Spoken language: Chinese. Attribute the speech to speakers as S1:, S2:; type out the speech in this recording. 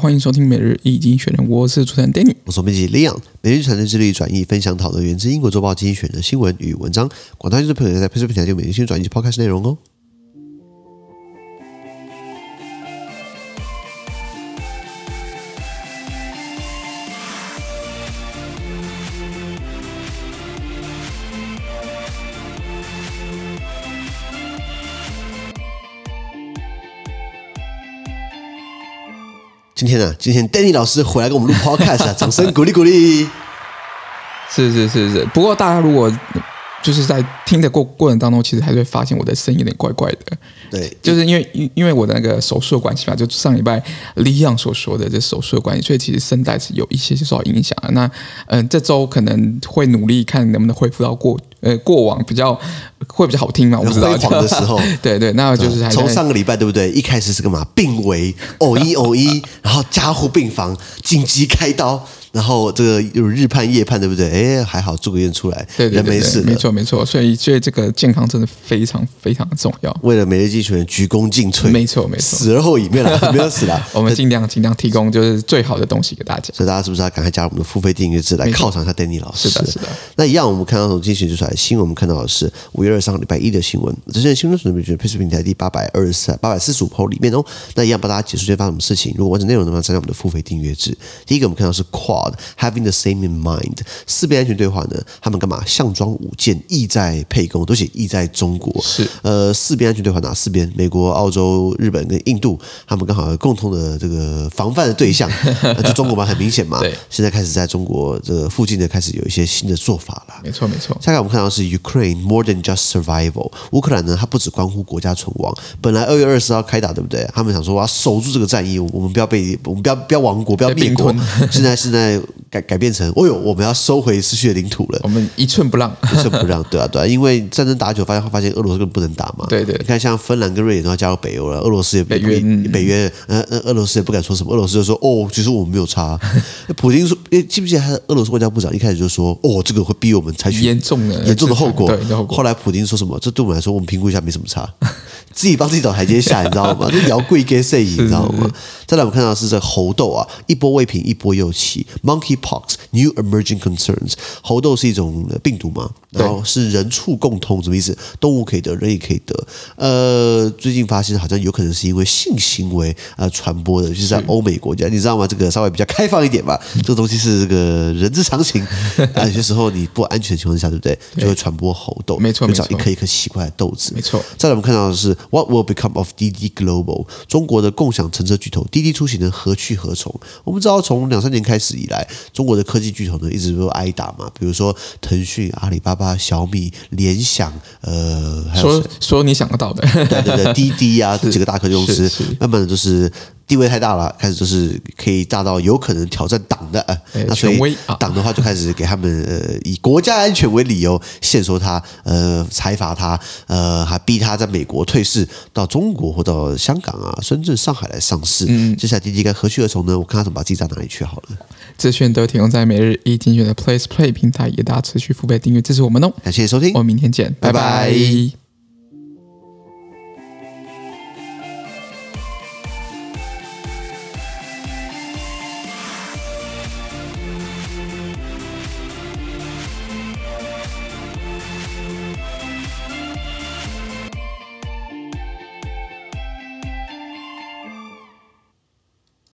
S1: 欢迎收听每日易经选人，我是主持人 Danny。
S2: 我是总编辑 Leon，每日产生致力转译、分享、讨论源自英国《周报》精选的新闻与文章。广大听众朋友在 p a c e 平台就每日新闻转译及 Podcast 内容哦。今天呢、今天 Danny 老师回来跟我们录 Podcast 啊，掌声鼓励鼓励。
S1: 是是是是，不过大家如果嗯就是在听的过过程当中，其实还是会发现我的声音有点怪怪的，
S2: 对，
S1: 就是因为因因为我的那个手术的关系嘛，就上礼拜李阳所说的这手术的关系，所以其实声带是有一些些受到影响的。那嗯、呃这周可能会努力看能不能恢复到过呃过往比较会比较好听嘛，我不知道。
S2: 辉煌的时候
S1: 对对，那就是还在
S2: 从上个礼拜对不对？一开始是干嘛？病危，哦偶一偶一，然后加护病房，紧急开刀，然后这个又日判夜判，对不对？哎，还好住个院出来，
S1: 对对对
S2: 人没
S1: 对
S2: 事
S1: 没
S2: 了。
S1: 错没错，所以所以这个健康真的非常非常重要。
S2: 为了每日精选，鞠躬尽瘁。
S1: 没错没错
S2: 死而后已，没有啦，没有死啦。
S1: 我们尽量尽量提供就是最好的东西给大家。
S2: 所以大家是不是要赶快加入我们的付费订阅制来犒赏一下 Danny 老师？
S1: 是的是的。
S2: 那一样，我们看到从精选就出来的新闻，我们看到的是五月二上礼拜一的新闻，这是新闻准备局 p a c 平台第八百二十三、八百四十五号里面哦。那一样帮大家解释这发生什么事情。如果完整内容的话，参加我们的付费订阅制。第一个我们看到是 Quad having the same in mind 四边安全对话呢，他们干嘛？项庄舞剑，意在沛公，都写意在中国。
S1: 是
S2: 呃，四边安全对话哪四边？美国、澳洲、日本跟印度，他们刚好有共同的这个防范的 对象，那就中国嘛，很明显嘛。
S1: 对，
S2: 现在开始在中国这个附近的开始有一些新的做法啦。
S1: 没错没错，
S2: 下一个我们看到是 Ukraine more than just survival。乌克兰呢，它不只关乎国家存亡。本来二月二十号开打，对不对？他们想说我要守住这个战役，我们不要被我们不要不要亡国，不要
S1: 被
S2: 灭
S1: 并
S2: 国
S1: 吞。
S2: 现在现在改改变成，哦呦，我们要收回失去的领土了。
S1: 我们一寸不让。
S2: 不是不让，对啊，对啊，因为战争打久，发现发现俄罗斯根本不能打嘛。
S1: 对对
S2: 你看像芬兰跟瑞典都要加入北欧了，俄罗斯也
S1: 北约嗯
S2: 也北约，呃，呃俄罗斯也不敢说什么，俄罗斯就说哦，其实我们没有差。普京说，诶记不记得他的俄罗斯外交部长一开始就说哦，这个会逼我们采取
S1: 严重的
S2: 严重的后果，
S1: 对严重的后果
S2: 后来普京说什么？这对我们来说，我们评估一下没什么差， 自己帮自己找台阶下，你知道吗？ 这摇贵给谁赢，你知道吗？再来，我们看到的是这猴痘啊，一波未平，一波又起。Monkeypox new emerging concerns，猴痘是一种呃病毒嘛，然后是人畜共通，什么意思？动物可以得，人也可以得。呃，最近发现好像有可能是因为性行为呃传播的，就是在欧美国家，你知道吗？这个稍微比较开放一点吧，这个东西是这个人之常情啊。有些时候你不安全的情况下，对不对？就会传播猴痘，
S1: 没错
S2: 就长
S1: 没错
S2: 一颗一颗奇怪的豆子，
S1: 没错
S2: 再来我们看到的是 What will become of DD Global？中国的共享乘车巨头滴滴出行呢何去何从？我们知道从两三年开始以来，中国的科技巨头呢一直都挨打嘛，比如说腾讯、阿里巴巴、小米、联想，呃，还有
S1: 说说你想得到的，
S2: 对对对，滴滴啊，这几个大科技公司
S1: 是是，
S2: 慢慢的就是地位太大了，开始就是可以大到有可能挑战党的，呃
S1: 哎
S2: 那所以
S1: 权威啊
S2: 党的话就开始给他们呃以国家安全为理由限缩他，呃裁罚他，呃还逼他在美国退市，到中国或到香港啊、深圳、上海来上市。
S1: 嗯
S2: 接下来滴滴该何去何从呢？我看他怎么把自己炸哪里去好了。
S1: 资讯都提供在每日一精选的 Place Play 平台，也大家持续付费订阅支持我们哦。
S2: 感谢收听
S1: 我，们明天见，拜
S2: 拜拜
S1: 拜